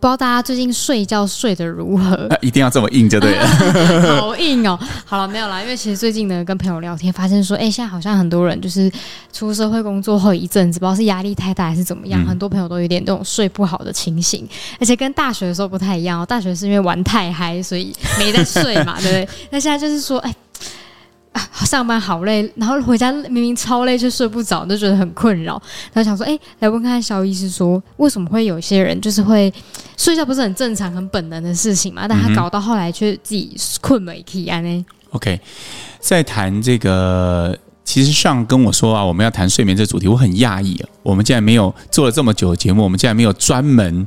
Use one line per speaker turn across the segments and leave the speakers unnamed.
不知道大家最近睡觉睡得 如何？
一定要这么硬就对 了。
好硬哦。 好了，没有啦，因为其实最近呢，跟朋友聊天，发现说，哎、现在好像很多人就是出社会工作后一阵子，不知道是压力太大还是怎么样，很多朋友都有点这种睡不好的情形，而且跟大学的时候不太一样哦。大学是因为玩太嗨，所以没在睡嘛，对不对？那现在就是说，哎、啊上班好累，然后回家明明超累却睡不着，就觉得很困扰。然后想说，哎、来问看看肖医师说，为什么会有些人就是会睡觉不是很正常、很本能的事情嘛？但他搞到后来却自己困没起安呢？
OK，在谈这个，其实上跟我说啊，我们要谈睡眠这主题，我很讶异啊，我们竟然没有做了这么久的节目，我们竟然没有专门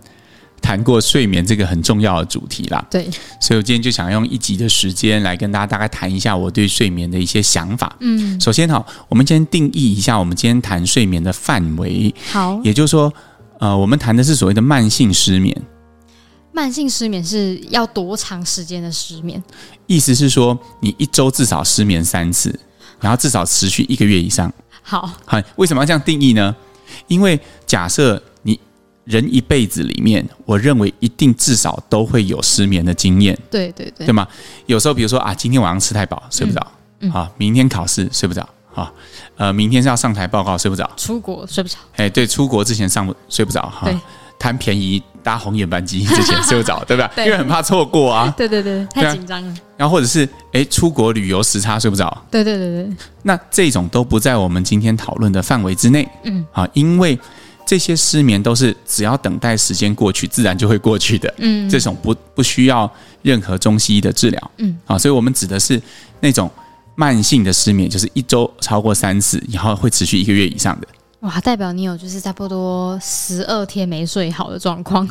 谈过睡眠这个很重要的主题啦。
对，
所以我今天就想用一集的时间来跟大家大概谈一下我对睡眠的一些想法。
嗯，
首先哈，我们先定义一下我们今天谈睡眠的范围，
好，
也就是说，呃，我们谈的是所谓的慢性失眠，
慢性失眠是要多长时间的失眠？
意思是说你一周至少失眠三次，然后至少持续一个月以上。
好，
好，为什么要这样定义呢？因为假设你人一辈子里面，我认为一定至少都会有失眠的经验。
对对对
对，吗？有时候比如说啊，今天晚上吃太饱睡不着，
嗯嗯
啊，明天考试睡不着，啊，呃，明天是要上台报告睡不着，
出国睡不着，
哎，对，出国之前上不睡不着哈
对，
贪便宜搭红眼班机之 前睡不着，对吧？
对
因为很怕错过啊。
对对对，
对啊
太紧张了，
然后或者是哎，出国旅游时差睡不着，
对对对对，
那这种都不在我们今天讨论的范围之内。
嗯，
啊，因为这些失眠都是只要等待时间过去，自然就会过去的。
嗯
这种不不需要任何中西医的治疗。
嗯，
啊，所以我们指的是那种慢性的失眠，就是一周超过三次，然后会持续一个月以上的。
哇，代表你有就是差不多十二天没睡好的状 况，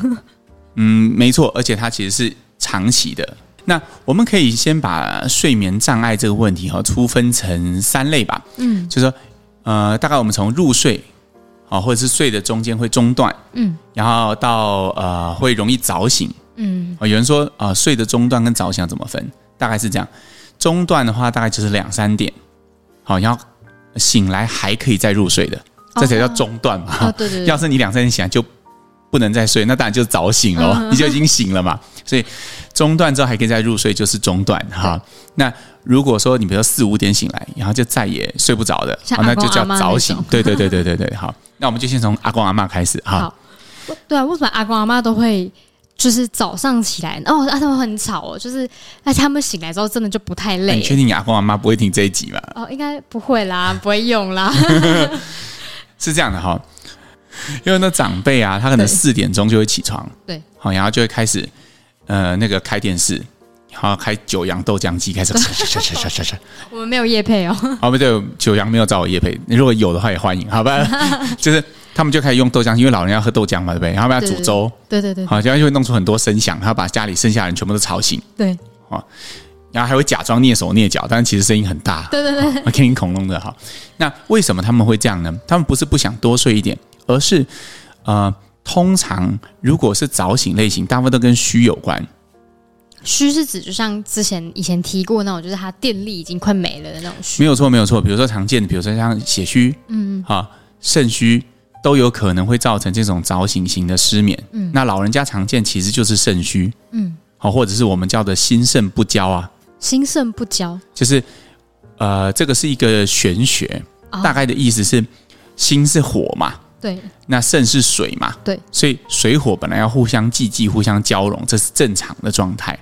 嗯，没错，而且它其实是长期的。那我们可以先把睡眠障碍这个问题哈、粗分成三类吧，
嗯
就是说，呃，大概我们从入睡啊，或者是睡的中间会中断，
嗯
然后到呃会容易早醒，
嗯，
哦，有人说啊、呃睡的中段跟早醒要怎么分？大概是这样，中段的话大概就是两三点，好、然后醒来还可以再入睡的，这才叫中段嘛。
哦，对对
要
对，
是你两三点醒来就不能再睡，那当然就是早醒了，
嗯
你就已经醒了嘛。所以中段之后还可以再入睡，就是中段哈、那如果说你比如说四五点醒来，然后就再也睡不着的，
像
好那
阿公
就叫
阿嬷那
早
种
醒。对对对对对对，好，那我们就先从阿公阿妈开始哈。
好对啊，为什么阿公阿妈都会就是早上起来，哦，啊、他们很吵哦，就是那他们醒来之后真的就不太
那
累
你，确定你阿公阿妈不会听这一集吗？
哦，应该不会啦，不会用啦，
是这样的哈、因为那长辈啊，他可能
对
四点钟就会起床，
对，
好，然后就会开始呃那个开电视，然后开九阳豆浆机，开 始刷刷刷刷刷刷。
我们没有夜配哦，
好，不对，九阳没有找我叶配，如果有的话也欢迎，好 吧？就是他们就开始用豆浆，因为老人要喝豆浆嘛，对不对？然后他们要煮粥，
对对对
好，然后就会弄出很多声响，他把家里剩下的人全部都吵醒，
对
然后还会假装蹑手蹑脚，但其实声音很大，
对对对，
我天灵恐龙的哈。那为什么他们会这样呢？他们不是不想多睡一点，而是呃，通常如果是早醒类型，大部分都跟虚有关。
虚是指就像之前以前提过那种，就是它电力已经快没了的那种虚
没，有错，没有错。比如说常见的，比如说像血虚，嗯，啊，肾虚。都有可能会造成这种早醒型的失眠。嗯，那老人家常见其实就是肾虚，
嗯，
好，或者是我们叫的心肾不交啊，
心肾不交，
就是呃，这个是一个玄学，
哦
大概的意思是心是火嘛，
对
那肾是水嘛，
对，
所以水火本来要互相济济、互相交融，这是正常的状态。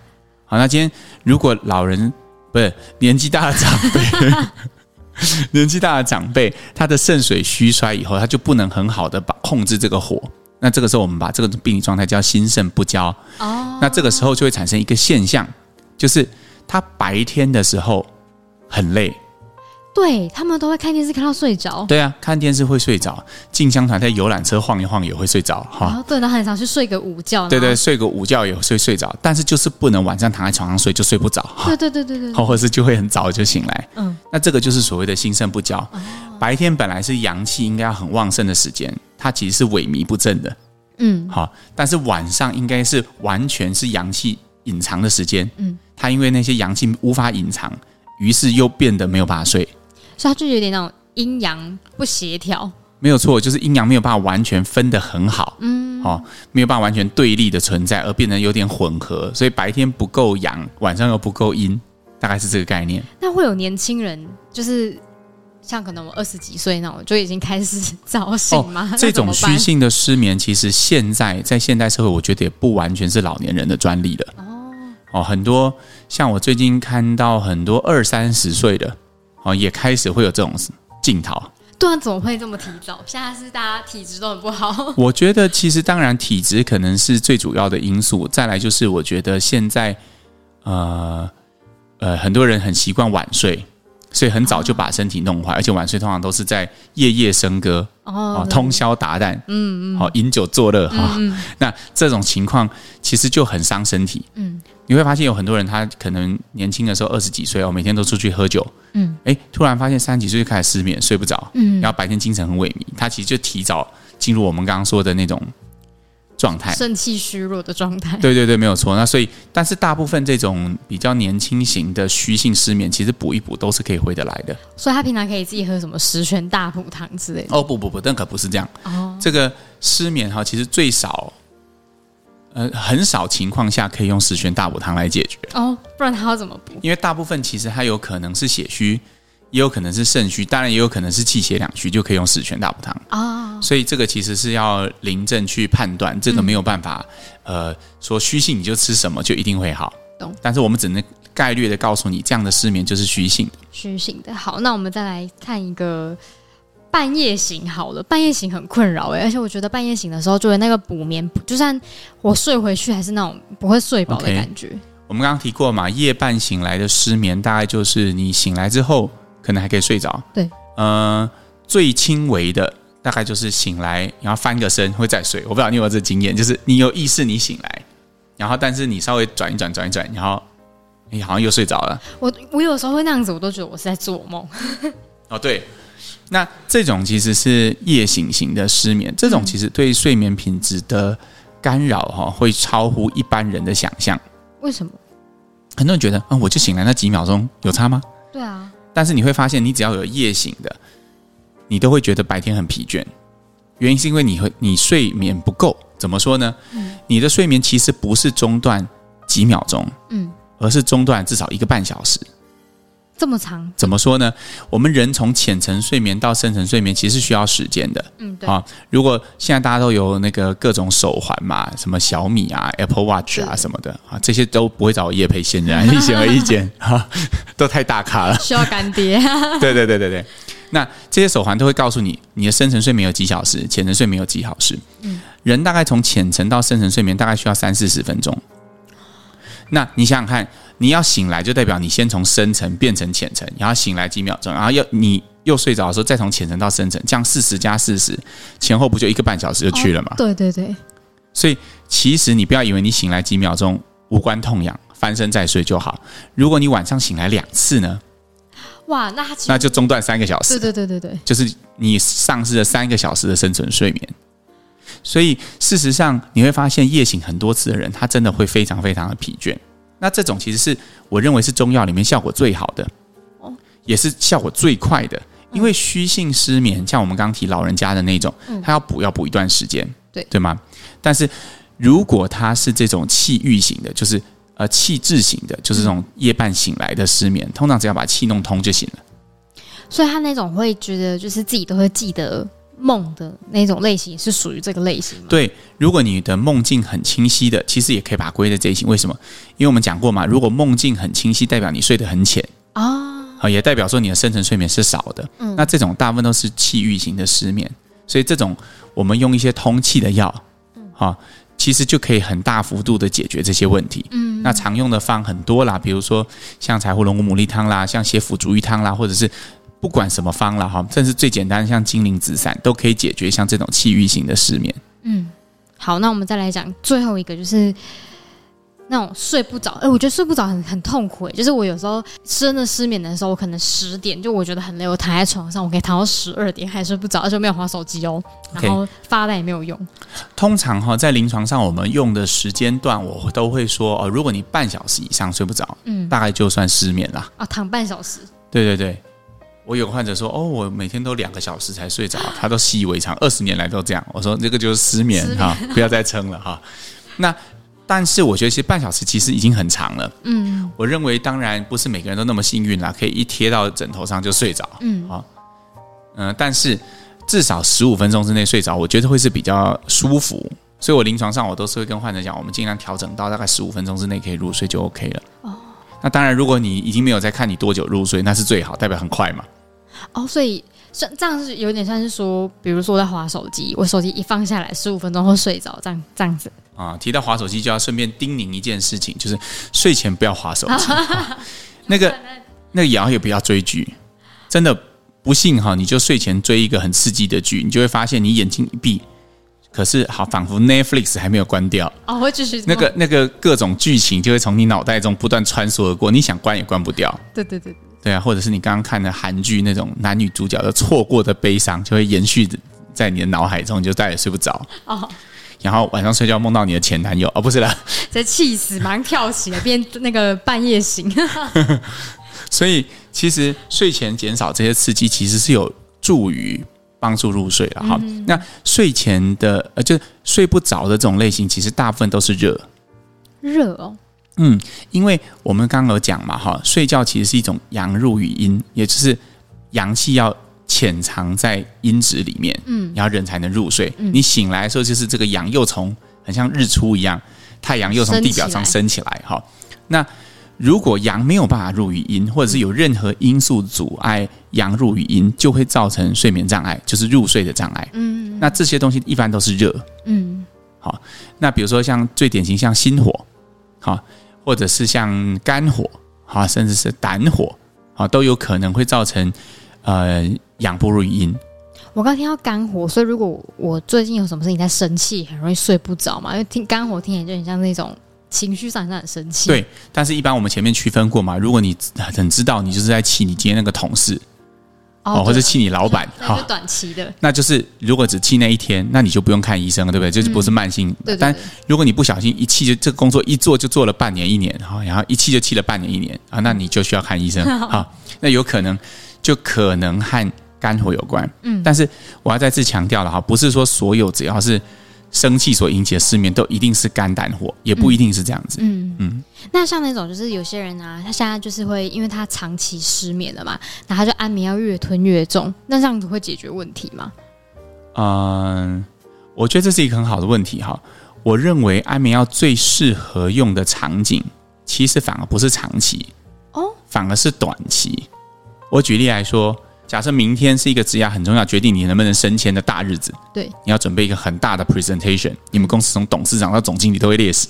好，那今天如果老人不是年纪大的长辈， 年纪大的长辈，他的肾水虚衰以后，他就不能很好的把控制这个火。那这个时候，我们把这个病理状态叫心肾不交。
哦，
那这个时候就会产生一个现象，就是他白天的时候很累，
对他们都会看电视看到睡着，
对啊，看电视会睡着，进香团在游览车晃一晃也会睡着，哈、
然后对，然后很常去睡个午觉，
啊对
然
对，
后
睡个午觉也会睡着，但是就是不能晚上躺在床上睡就睡不着，哈，
对对对对对，
或者是就会很早就醒来。
嗯，哦
那这个就是所谓的心肾不交。白天本来是阳气应该要很旺盛的时间，它其实是萎靡不振的。
嗯
好，但是晚上应该是完全是阳气隐藏的时间，
嗯，
他因为那些阳气无法隐藏，于是又变得没有办法睡，
所以它就有点那种阴阳不协调，
没有错，就是阴阳没有办法完全分得很好，嗯，哦，没有办法完全对立的存在，而变得有点混合，所以白天不够阳，晚上又不够阴，大概是这个概念。
那会有年轻人，就是像可能我二十几岁那种，就已经开始早醒吗？那
哦这
怎么
种
办
虚性的失眠，其实现在在现代社会，我觉得也不完全是老年人的专利了。哦，很多像我最近看到很多二三十岁的，哦，也开始会有这种镜头。
对啊，怎么会这么提早？现在是大家体质都很不 好，
我觉得其实当然体质可能是最主要的因素，再来就是我觉得现在，呃呃，很多人很习惯晚睡，所以很早就把身体弄坏，而且晚睡通常都是在夜夜笙歌哦、
哦，
通宵达旦，嗯嗯，嗯好、饮酒作乐哈、那这种情况其实就很伤身体，
嗯
嗯。你会发现有很多人，他可能年轻的时候二十几岁哦，每天都出去喝酒，
嗯
嗯，哎，突然发现三十几岁就开始失眠，睡不着，
嗯
然后白天精神很萎靡，他其实就提早进入我们刚刚说的那种状态。
肾气虚弱的状态。
对对对，没有错。那所以，但是大部分这种比较年轻型的虚性失眠，其实补一补都是可以回得来的。
所以他平常可以自己喝什么十全大补汤之类的。
哦，不不不，但可不是这样。
哦，
这个失眠哈，其实最少，呃，很少情况下可以用十全大补汤来解决，
哦，不然他要怎么补？
因为大部分其实它有可能是血虚，也有可能是肾虚，当然也有可能是气血两虚，就可以用十全大补汤。
啊、
所以这个其实是要临证去判断，这个没有办法，呃，说虚性你就吃什么就一定会好。
懂
但是我们只能概率的告诉你，这样的失眠就是虚性的。
虚醒的。好，那我们再来看一个半夜醒好了，半夜醒很困扰哎、而且我觉得半夜醒的时候，就有那个补眠，就算我睡回去，还是那种不会睡饱的
OK
感觉。
我们刚刚提过嘛，夜半醒来的失眠，大概就是你醒来之后可能还可以睡着。
对，
呃，最轻微的大概就是醒来，然后翻个身会再睡。我不知道你有没有这经验，就是你有意识你醒来，然后但是你稍微转一转，转一转，然后你好像又睡着了。
我我有时候会那样子，我都觉得我是在做梦。
哦，对，那这种其实是夜醒型的失眠，这种其实对睡眠品质的干扰哈、会超乎一般人的想象。
为什么？
很多人觉得，啊、我就醒来那几秒钟有差吗？
对啊，
但是你会发现，你只要有夜醒的，你都会觉得白天很疲倦。原因是因为你会你睡眠不够。怎么说呢？你的睡眠其实不是中断几秒钟，
嗯，
而是中断至少一个半小时。
这么长，
怎么说呢？我们人从浅层睡眠到深层睡眠，其实是需要时间的。
嗯，对，
啊，如果现在大家都有那个各种手环嘛，什么小米啊、Apple Watch 啊
是
什么的啊，这些都不会找我叶培先人，一显而易见啊， 都太大咖了。
需要 干爹。
对对对对对，那这些手环都会告诉你，你的深层睡眠有几小时，浅层睡眠有几小时。
嗯
人大概从浅层到深层睡眠大概需要三四十分钟。那你想想看，你要醒来就代表你先从深层变成浅层，然后醒来几秒钟，然后又你又睡着的时候再从浅层到深层，这样四十加四十，前后不就一个半小时就去了嘛？
对对对，
所以其实你不要以为你醒来几秒钟无关痛痒，翻身再睡就好。如果你晚上醒来两次呢，
哇，那他其
那
实
就中断三个小时
对。对对对对，
就是你丧失了三个小时的深层睡眠。所以事实上，你会发现夜醒很多次的人，他真的会非常非常的疲倦。那这种其实是我认为是中药里面效果最好的
哦，嗯
也是效果最快的。因为虚性失眠，像我们刚刚提老人家的那种，他要补要补一段时间，
嗯对
对吗？但是如果他是这种气郁型的，就是呃气滞型的，就是这种夜半醒来的失眠，通常只要把气弄通就行了。
所以他那种会觉得就是自己都会记得梦的那种类型，是属于这个类型吗？
对，如果你的梦境很清晰的，其实也可以把它归在这一型。为什么？因为我们讲过嘛，如果梦境很清晰，代表你睡得很浅
啊，
啊、也代表说你的深层睡眠是少的。那这种大部分都是气郁型的失眠，所以这种我们用一些通气的药，啊、其实就可以很大幅度的解决这些问题。嗯，那常用的方很多啦，比如说像柴胡龙骨牡蛎汤啦，像血府逐鱼汤啦，或者是。不管什么方啦，哈，甚至最简单像金陵紫散都可以解决像这种气郁型的失眠。
好，那我们再来讲最后一个，就是那种睡不着，哎、我觉得睡不着很很痛苦、哎，就是我有时候真的失眠的时候，我可能十点就我觉得很累，我躺在床上，我可以躺到十二点还睡不着，而且没有划手机哦，
OK
然后发呆也没有用。
通常哈、在临床上我们用的时间段，我都会说哦，如果你半小时以上睡不着，
嗯
大概就算失眠啦。
啊，躺半小时，
对对对，我有个患者说哦，我每天都两个小时才睡 着，他都习以为常，二十年来都这样。我说这个就是失眠
失眠
哈、不要再撑了哈、那但是我觉得其实半小时其实已经很长了。
嗯
我认为当然不是每个人都那么幸运啦，可以一贴到枕头上就睡着。
嗯
嗯、但是至少十五分钟之内睡着，我觉得会是比较舒服。所以我临床上我都是会跟患者讲，我们尽量调整到大概十五分钟之内可以入睡就 OK 了。那当然，如果你已经没有在看你多久入睡，那是最好，代表很快嘛。
哦，所以这这样是有点像是说，比如说我在划手机，我手机一放下来十五分钟后睡着，这样这样子。
啊，提到划手机，就要顺便叮咛一件事情，就是睡前不要划手机。啊那个那个也要也不要追剧，真的不信哈，你就睡前追一个很刺激的剧，你就会发现你眼睛一闭，可是好仿佛 Netflix 还没有关掉，
哦，会继续
那个那个各种剧情就会从你脑袋中不断穿梭而过，你想关也关不掉。
对对对，
对啊，或者是你刚刚看的韩剧那种男女主角的错过的悲伤，就会延续在你的脑海中，你就再也睡不着。
哦，
然后晚上睡觉梦到你的前男友，哦，不是啦，
直接气死，马上跳起来，变那个半夜醒。
所以其实睡前减少这些刺激，其实是有助于帮助入睡了哈。那睡前的呃，就是睡不着的这种类型，其实大部分都是热，
热哦，
嗯，因为我们刚刚有讲嘛哈，睡觉其实是一种阳入于阴，也就是阳气要。潜藏在阴质里面，嗯，然后人才能入睡。你醒来的时候，就是这个阳又从很像日出一样，太阳又从地表上升起来，哈。那如果阳没有办法入于阴，或者是有任何因素阻碍阳入于阴，就会造成睡眠障碍，就是入睡的障碍。嗯，那这些东西一般都是热。
嗯，
好，那比如说像最典型像心火，好，或者是像肝火，好，甚至是胆火，好，都有可能会造成呃阳不入于阴。
我刚听到肝火，所以如果我最近有什么事情在生气，很容易睡不着嘛，因为听肝火听起来就很像那种情绪上很像很生气。
对但是，一般我们前面区分过嘛，如果你很知道你就是在气你今天那个同事
哦，
或者啊
对
气你老板，
那就短期的，
那就是如果只气那一天，那你就不用看医生了，对不对？就是不是慢性。
对对
但
对，
如果你不小心一气就这个工作一做就做了半年一年，哈，然后一气就气了半年一年啊，那你就需要看医生啊。那有可能就可能和肝火有关。嗯，但是我要再次强调了哈，不是说所有只要是生气所引起的失眠都一定是肝胆火，也不一定是这样子。
嗯嗯。那像那种就是有些人啊，他现在就是会因为他长期失眠了嘛，然后他就安眠药越吞越重，那这样子会解决问题吗？
嗯，我觉得这是一个很好的问题哈。我认为安眠药最适合用的场景，其实反而不是长期
哦，
反而是短期。我举例来说，假设明天是一个职涯很重要、决定你能不能升迁的大日子，
对，
你要准备一个很大的 presentation，你们公司从董事长到总经理都会列死。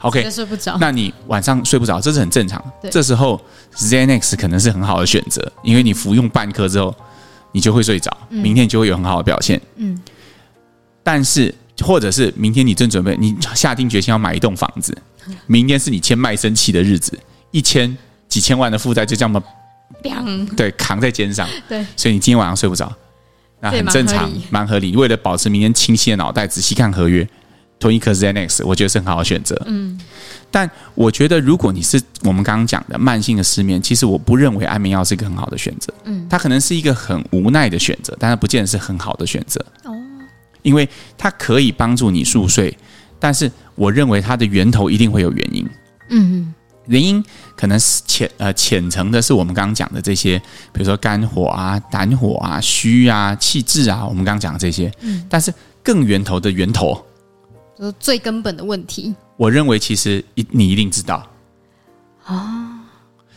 OK，
就睡不着。
那你晚上睡不着，这是很正常的。
对
这时候 Xanax 可能是很好的选择，因为你服用半颗之后，你就会睡着，明天就会有很好的表现。
嗯，
但是或者是明天你正准备，你下定决心要买一栋房子，明天是你签卖身契的日子，一千几千万的负债就这么
砰，
对扛在肩上，
嗯对，
所以你今天晚上睡不着，那
这也
很
蛮
正
合
常
理，
蛮合理。为了保持明天清晰的脑袋，仔细看合约，吞一颗 Xanax，我觉得是很好的选择。嗯，但我觉得如果你是我们刚刚讲的慢性的失眠，其实我不认为安眠药是一个很好的选择。嗯，它可能是一个很无奈的选择，但它不见得是很好的选择。
哦，
因为它可以帮助你入睡，但是我认为它的源头一定会有原因。
嗯，
原因可能是浅呃浅层的是我们刚刚讲的这些，比如说肝火啊、胆火啊、虚啊、气滞啊，我们刚刚讲的这些。嗯，但是更源头的源头，
就是最根本的问题。
我认为其实一你一定知道啊，哦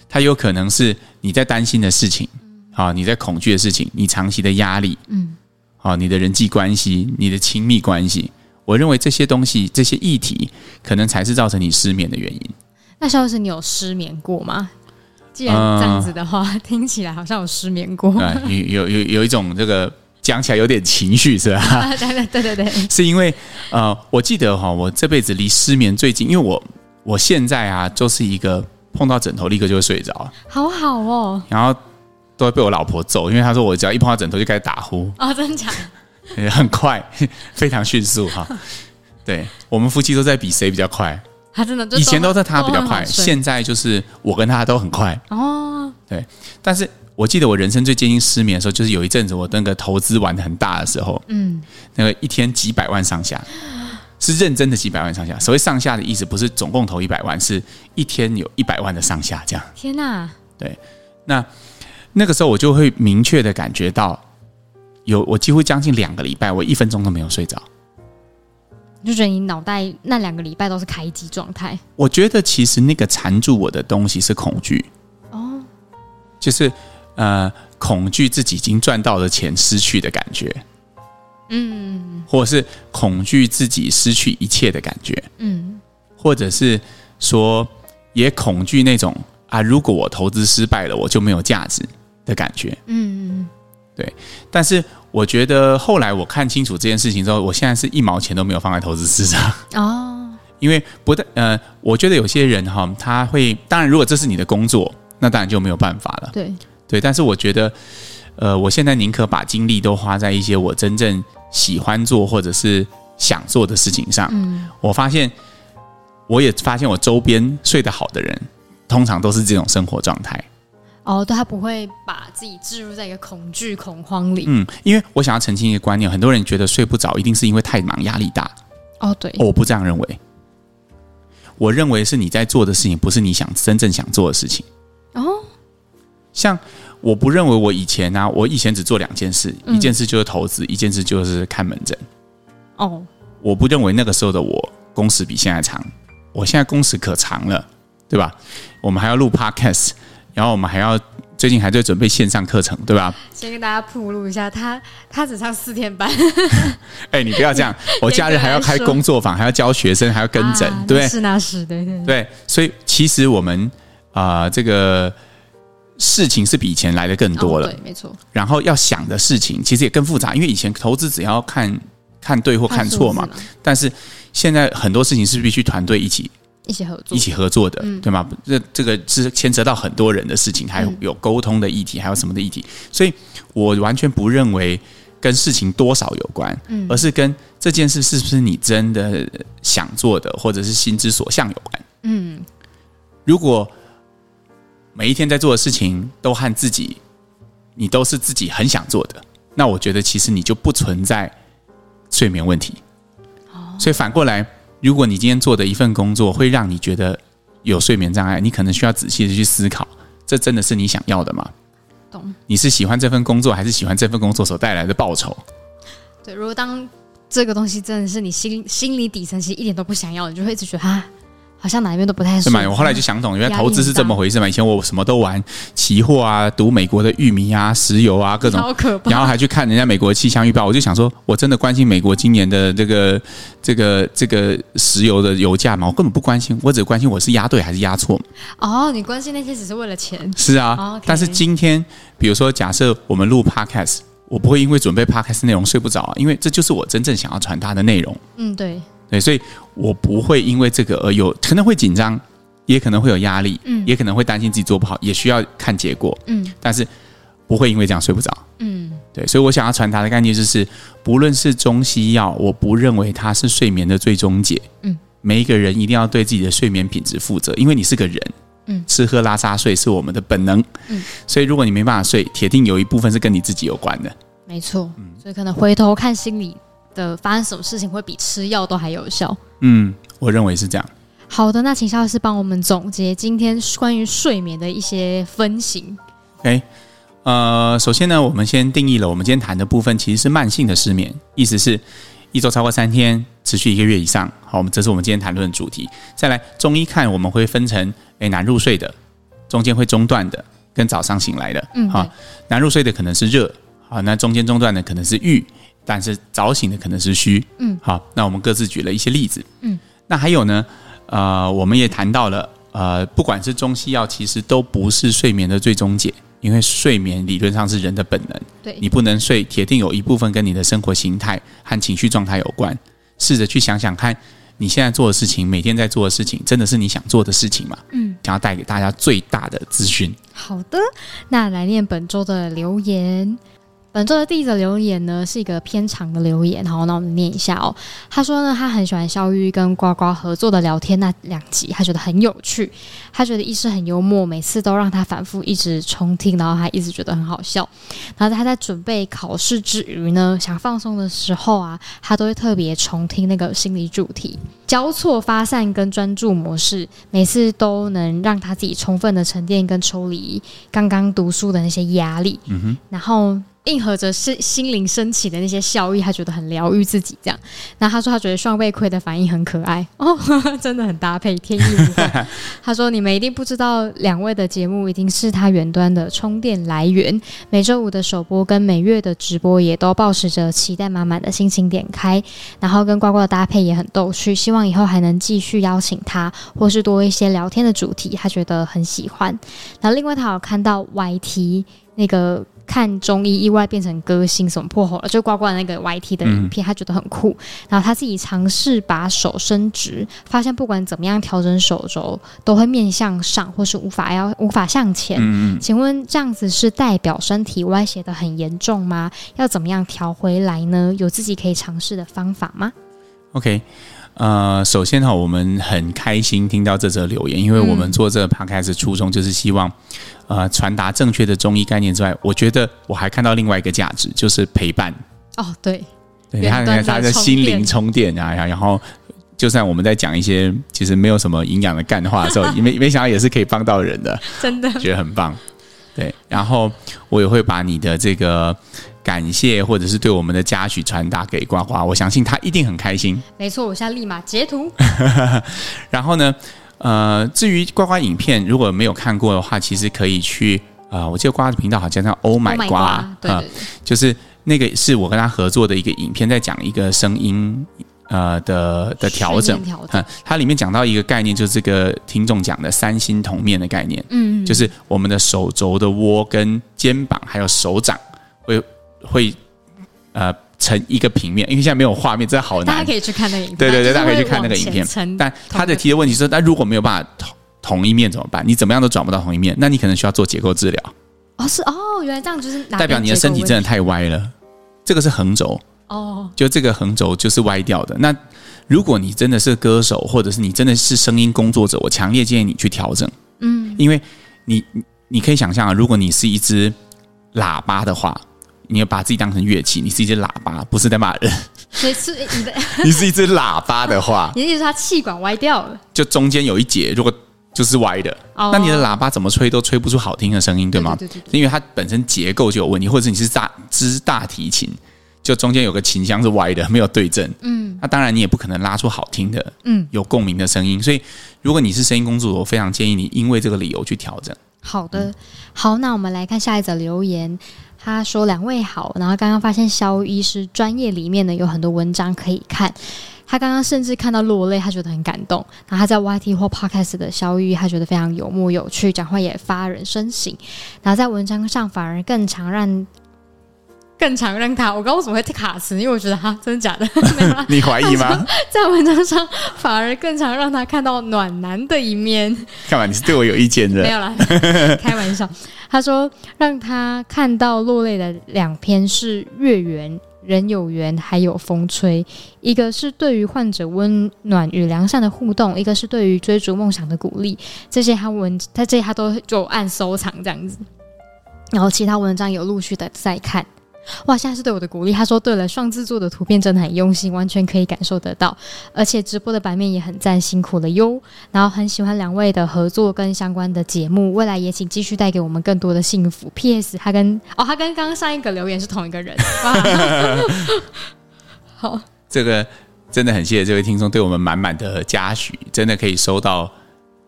它有可能是你在担心的事情，啊，你在恐惧的事情，你长期的压力，嗯，啊，你的人际关系，你的亲密关系，我认为这些东西，这些议题，可能才是造成你失眠的原因。
那肖老师，你有失眠过吗？既然这样子的话，听起来好像有失眠过。
呃啊，有有有有一种这个讲起来有点情绪是吧？
对对对对对，
是因为呃，我记得哈、我这辈子离失眠最近，因为我我现在啊，就是一个碰到枕头立刻就会睡着，
好好哦，
然后都会被我老婆揍，因为她说我只要一碰到枕头就开始打呼，
啊、真假？
也很快，非常迅速哈。对我们夫妻都在比谁比较快，
他真的就
以前都是他比较
都很
快，
好睡
现在就是我跟他都很快。
哦，
但是我记得我人生最接近失眠的时候，就是有一阵子我那个投资玩的很大的时候，
嗯，
那个一天几百万上下，是认真的几百万上下。所谓上下的意思，不是总共投一百万，是一天有一百万的上下这样。
天哪，
那个时候我就会明确的感觉到，有我几乎将近两个礼拜，我一分钟都没有睡着。
你就觉得你脑袋那两个礼拜都是开机状态
我觉得其实那个缠住我的东西是恐惧，
哦，
就是呃恐惧自己已经赚到的钱失去的感觉，
嗯
或者是恐惧自己失去一切的感觉，
嗯，
或者是说也恐惧那种啊，如果我投资失败了，我就没有价值的感觉。
嗯，
但是我觉得后来我看清楚这件事情之后，我现在是一毛钱都没有放在投资市场。
哦，
因为不但呃，我觉得有些人哈，他会当然，如果这是你的工作，那当然就没有办法了。
对，
对，但是我觉得，呃，我现在宁可把精力都花在一些我真正喜欢做或者是想做的事情上。
嗯，
我发现，我也发现我周边睡得好的人，通常都是这种生活状态。
哦，对他不会把自己置入在一个恐惧恐慌里，
嗯，因为我想要澄清一个观念，很多人觉得睡不着一定是因为太忙、压力大。
哦，对，
我不这样认为，我认为是你在做的事情，不是你想真正想做的事情。
哦，
像我不认为我以前啊，我以前只做两件事，
嗯
一件事就是投资，一件事就是看门诊。
哦，
我不认为那个时候的我工时比现在长，我现在工时可长了，对吧？我们还要录 podcast，然后我们还要最近还在准备线上课程，对吧？
先跟大家铺路一下，他他只上四天班，
哎，你不要这 样，我假日还要开工作坊，还要教学生，还要跟诊，
啊
对
那
不
是那是，对对
对？对，所以其实我们啊、这个事情是比以前来的更
对，
多了。
哦对，没错，
然后要想的事情其实也更复杂，因为以前投资只要看看对或看错嘛
数，字，
但是现在很多事情是必须团队一起
一起合作，
一起合作的，
嗯
对吗？这这个是牵扯到很多人的事情，还有
嗯
有沟通的议题，还有什么的议题，所以我完全不认为跟事情多少有关，
嗯
而是跟这件事是不是你真的想做的，或者是心之所向有关。
嗯，
如果每一天在做的事情都和自己，你都是自己很想做的，那我觉得其实你就不存在睡眠问题。所以反过来，如果你今天做的一份工作会让你觉得有睡眠障碍，你可能需要仔细的去思考，这真的是你想要的吗？
懂。
你是喜欢这份工作，还是喜欢这份工作所带来的报酬？
对，如果当这个东西真的是你心心里底层其实一点都不想要，你就会一直觉得啊，好像哪一边都不太
对
顺。
嘛？我后来就想懂，原来投资是这么回事嘛。以前我什么都玩，期货啊，赌美国的玉米啊、石油啊，各种
好可怕。
然后还去看人家美国气象预报，我就想说，我真的关心美国今年的这个、这个、这个石油的油价吗？我根本不关心，我只关心我是押对还是押错。
哦，你关心那些只是为了钱，
是啊，
哦，OK
但是今天，比如说，假设我们录 podcast，我不会因为准备 podcast 内容睡不着啊，因为这就是我真正想要传达的内容。
嗯，对，
对，所以我不会因为这个而有可能会紧张，也可能会有压力，
嗯
也可能会担心自己做不好，也需要看结果，
嗯
但是不会因为这样睡不着。
嗯，
对，所以我想要传达的概念就是，不论是中西药，我不认为它是睡眠的最终解。
嗯，
每一个人一定要对自己的睡眠品质负责，因为你是个人。
嗯
吃喝拉撒睡是我们的本能。
嗯，
所以如果你没办法睡，铁定有一部分是跟你自己有关的。
没错。所以可能回头看心理的发生什么事情，会比吃药都还有效。
嗯，我认为是这样。
好的，那请肖老师帮我们总结今天关于睡眠的一些分型。
OK，呃，首先呢，我们先定义了我们今天谈的部分其实是慢性的失眠，意思是一周超过三天，持续一个月以上。好，我们这是我们今天谈论的主题。再来，中医看我们会分成诶难入睡的，中间会中断的，跟早上醒来的。
嗯，
好，难入睡的可能是热，好，那中间中断的可能是郁，但是早醒的可能是虚。
嗯，
好，那我们各自举了一些例子。
嗯，
那还有呢，呃，我们也谈到了，呃，不管是中西药，其实都不是睡眠的最终解，因为睡眠理论上是人的本能，
对，
你不能睡，铁定有一部分跟你的生活形态和情绪状态有关。试着去想想看，你现在做的事情，每天在做的事情，真的是你想做的事情吗？
嗯，
想要带给大家最大的资讯。
好的，那来念本周的留言。本周的第一则留言呢，是一个偏长的留言，好，那我们念一下哦。他说呢，他很喜欢肖玉跟呱呱合作的聊天那两集，他觉得很有趣，他觉得医师很幽默，每次都让他反复一直重听，然后他一直觉得很好笑。然后他在准备考试之余呢，想放松的时候啊，他都会特别重听那个心理主题，交错发散跟专注模式，每次都能让他自己充分的沉淀跟抽离刚刚读书的那些压力。
嗯哼，
然后应和着是心灵升起的那些效益，他觉得很疗愈自己这样。那他说他觉得双倍亏的反应很可爱 哦，真的很搭配，天衣无缝。 他说你们一定不知道，两位的节目已经是他远端的充电来源，每周五的首播跟每月的直播也都保持着期待满满的心情点开，然后跟呱呱的搭配也很逗趣，希望以后还能继续邀请他，或是多一些聊天的主题，他觉得很喜欢。然后另外他有看到 YT 那个看中医意外变成歌星什么破喉了，就呱呱的那个 YT 的影
嗯
片，他觉得很酷。然后他自己尝试把手伸直，发现不管怎么样调整手肘，都会面向上或是无法要无法向前。
嗯嗯，
请问这样子是代表身体歪斜的很严重吗？要怎么样调回来呢？有自己可以尝试的方法吗？
OK，呃，首先哈，我们很开心听到这则留言，因为
嗯
我们做这个 podcast 的初衷就是希望，呃，传达正确的中医概念之外，我觉得我还看到另外一个价值，就是陪伴。
哦，对，
对，
远
他
端的
他的
充
心
电
灵充电啊，然后就算我们在讲一些其实没有什么营养的干话的时 候，也没没想到也是可以帮到人 的。
真的，
觉得很棒。对，然后我也会把你的这个感谢或者是对我们的嘉许传达给呱呱，我相信他一定很开心。
没错，我现在立马截图。
然后呢，呃，至于呱呱影片，如果没有看过的话，其实可以去呃，我记得呱呱的频道好像叫 Oh My 呱，啊，
对对对，
就是那个是我跟他合作的一个影片，在讲一个声音呃的的调整
训练。调整
嗯，它里面讲到一个概念，就是这个听众讲的三心同面的概念。
嗯，嗯
就是我们的手肘的窝跟肩膀还有手掌会会呃成一个平面，因为现在没有画面，真的好
大家
难
可。以去看那个影片，
对对对
它就
大
是
家可以去
会
看那个
往
影片
前撑
但他的
同一个
提的问题是，那如果没有办法同同一面怎么办？你怎么样都转不到同一面，那你可能需要做结构治疗，
哦是哦，原来这样就是哪边
代表你的身体
结构
真
问
的太歪了。这个是横轴，
题哦，
就这个横轴就是歪掉的。那如果你真的是歌手，或者是你真的是声音工作者，我强烈建议你去调整。
嗯，
因为你你你可以想象啊，如果你是一只喇叭的话，你要把自己当成乐器，你是一只喇叭，不是在骂 人，
所以是你的，
你是一只喇叭的话
你的意思是他气管歪掉了
就中间有一节如果就是歪的，
哦，
那你的喇叭怎么吹都吹不出好听的声音，对吗？
对对对
因为它本身结构就有问题，或者你是大支大提琴，就中间有个琴箱是歪的，没有对正，
嗯
那当然你也不可能拉出好听的、
嗯，
有共鸣的声音。所以，如果你是声音工作者，我非常建议你因为这个理由去调整。
好的，好，那我们来看下一则留言。他说：“两位好，然后刚刚发现肖医师专业里面呢有很多文章可以看，他刚刚甚至看到落泪，他觉得很感动。然后他在 YT 或 Podcast 的肖玉，他觉得非常幽默有趣，讲话也发人深省。然后在文章上反而更常让更常让他，我刚刚为什么会卡词？因为我觉得哈，真的 假的？没有啦 啊
你怀疑 吗？
在文章上反而更常让他看到暖男的一面。
干嘛？你是对我有意见
没
的？
有啦， 开玩笑。 他说让他看到落泪的两篇是《月圆》。人有缘，还有风吹。一个是对于患者温暖与良善的互动，一个是对于追逐梦想的鼓励。这些他文，他这些他都就按收藏这样子。然后其他文章有陆续的在看。哇，现在是对我的鼓励。他说：“对了，双子座的图片真的很用心，完全可以感受得到。而且直播的版面也很赞，辛苦了哟。然后很喜欢两位的合作跟相关的节目，未来也请继续带给我们更多的幸福。P.S. 他跟哦，他跟刚刚上一个留言是同 一个人，哇，好，
这个真的很谢谢这位听众对我们满满的嘉许，真的可以收到，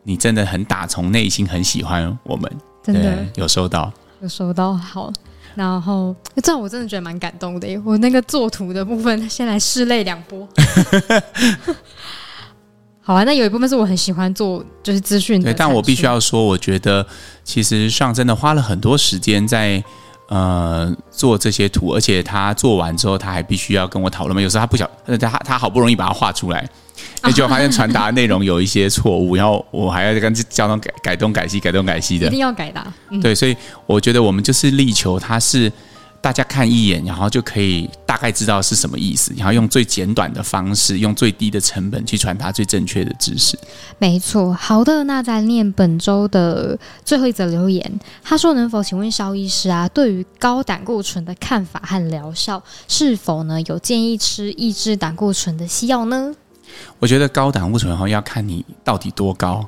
你真的很打从内心很喜欢我们，
真的
对，有收到。
有收到好。然后这样我真的觉得蛮感动的耶，我那个作图的部分先来拭泪两 波。好啊，那有一部分是我很喜欢做，就是资讯的
对，
产出。
但我必须要说，我觉得其实上真的花了很多时间在呃做这些图，而且他做完之后，他还必须要跟我讨论嘛。有时候他不小，呃他他好不容易把它画出 来，
啊
那结果发现传达的内容有一些错误，然后我还要跟校长改改东改西，改东改西
一
的
定。要改的啊、嗯，
对，所以我觉得我们就是力求它是大家看一眼，然后就可以大概知道是什么意思，然后用最简短的方式，用最低的成本去传达最正确的知识。
没错。好的，那在念本周的最后一则留言，他说：“能否请问肖医师啊，对于高胆固醇的看法和疗效，是否呢有建议吃抑制胆固醇的西药呢
我觉得高胆固醇哈要看你到底多高，？”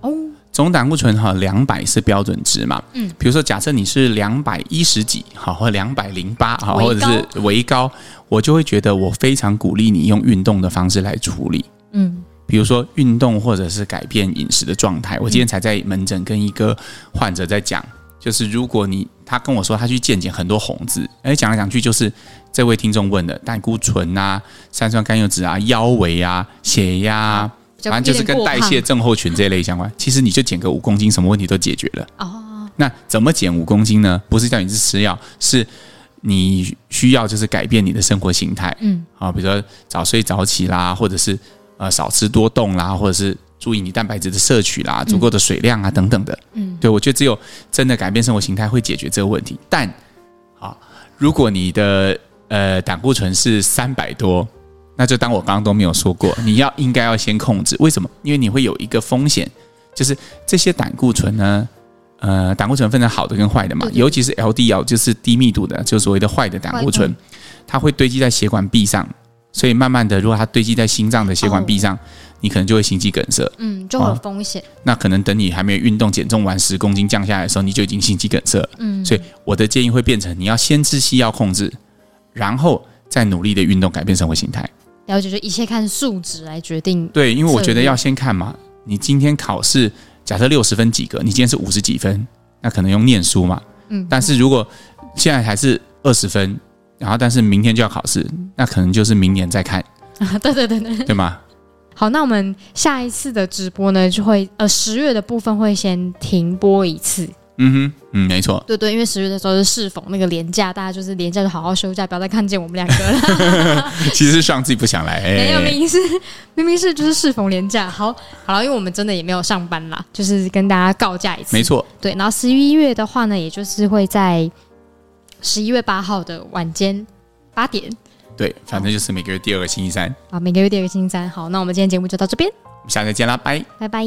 哦，
总胆固醇哈两百是标准值嘛，嗯，比如说假设你是两百一十几好或两百零八好
微高
或者是微高，我就会觉得我非常鼓励你用运动的方式来处理。
嗯，
比如说运动或者是改变饮食的状态。我今天才在门诊跟一个患者在讲，就是如果你他跟我说他去健检很多红字，哎，讲来讲去就是这位听众问的胆固醇啊、三酸甘油脂啊、腰围啊、血压啊，
比较
反正就是跟代谢
有点
症候群这一类相关。其实你就减个五公斤，什么问题都解决了。
过胖哦，
那怎么减五公斤呢？不是叫你去吃药，是你需要就是改变你的生活形态。
嗯，
啊，比如说早睡早起啦，或者是呃少吃多动啦，或者是注意你蛋白质的摄取啦，足够的水量啊、等等的。
嗯，
对我觉得只有真的改变生活形态会解决这个问题。但啊，如果你的呃胆固醇是三百多，那就当我刚刚都没有说过，你要应该要先控制。为什么？因为你会有一个风险，就是这些胆固醇呢。呃，胆固醇分成好的跟坏的嘛，
对对对
尤其是 LDL 就是低密度的，就是所谓的坏的胆固醇
坏，
它会堆积在血管壁上，所以慢慢的，如果它堆积在心脏的血
哦
管壁上，你可能就会心肌梗塞。
嗯，就会有
哦
风险。
那可能等你还没有运动减重完十公斤降下来的时候，你就已经心肌梗塞了。
嗯，
所以我的建议会变成，你要先吃西药控制，然后再努力的运动改变生活形态。
了解，就一切看数值来决定。
对，因为我觉
策
得
略
要先看嘛，你今天考试假设六十分及格，你今天是五十几分，那可能用念书嘛。
嗯，
但是如果现在还是二十分，然后但是明天就要考试，那可能就是明年再看，
啊，对对对对。
对吗？
好，那我们下一次的直播呢，就会呃十月的部分会先停播一次，
嗯哼，嗯，没错。
对对，因为十月的时候是适逢那个廉假，大家就是廉假就好好休假，不要再看见我们两个了。
其实是上自己不想来，哎、
没有，明明是明明是就是适逢廉假，好好了，因为我们真的也没有上班啦，就是跟大家告假一次。
没，错，
对。然后十一月的话呢，也就是会在十一月八号的晚间八点
对，反正就是每个月第二个星期三，
啊，每个月第二个星期三。好，那我们今天节目就到这边，
我们下次再见啦，拜。
拜拜。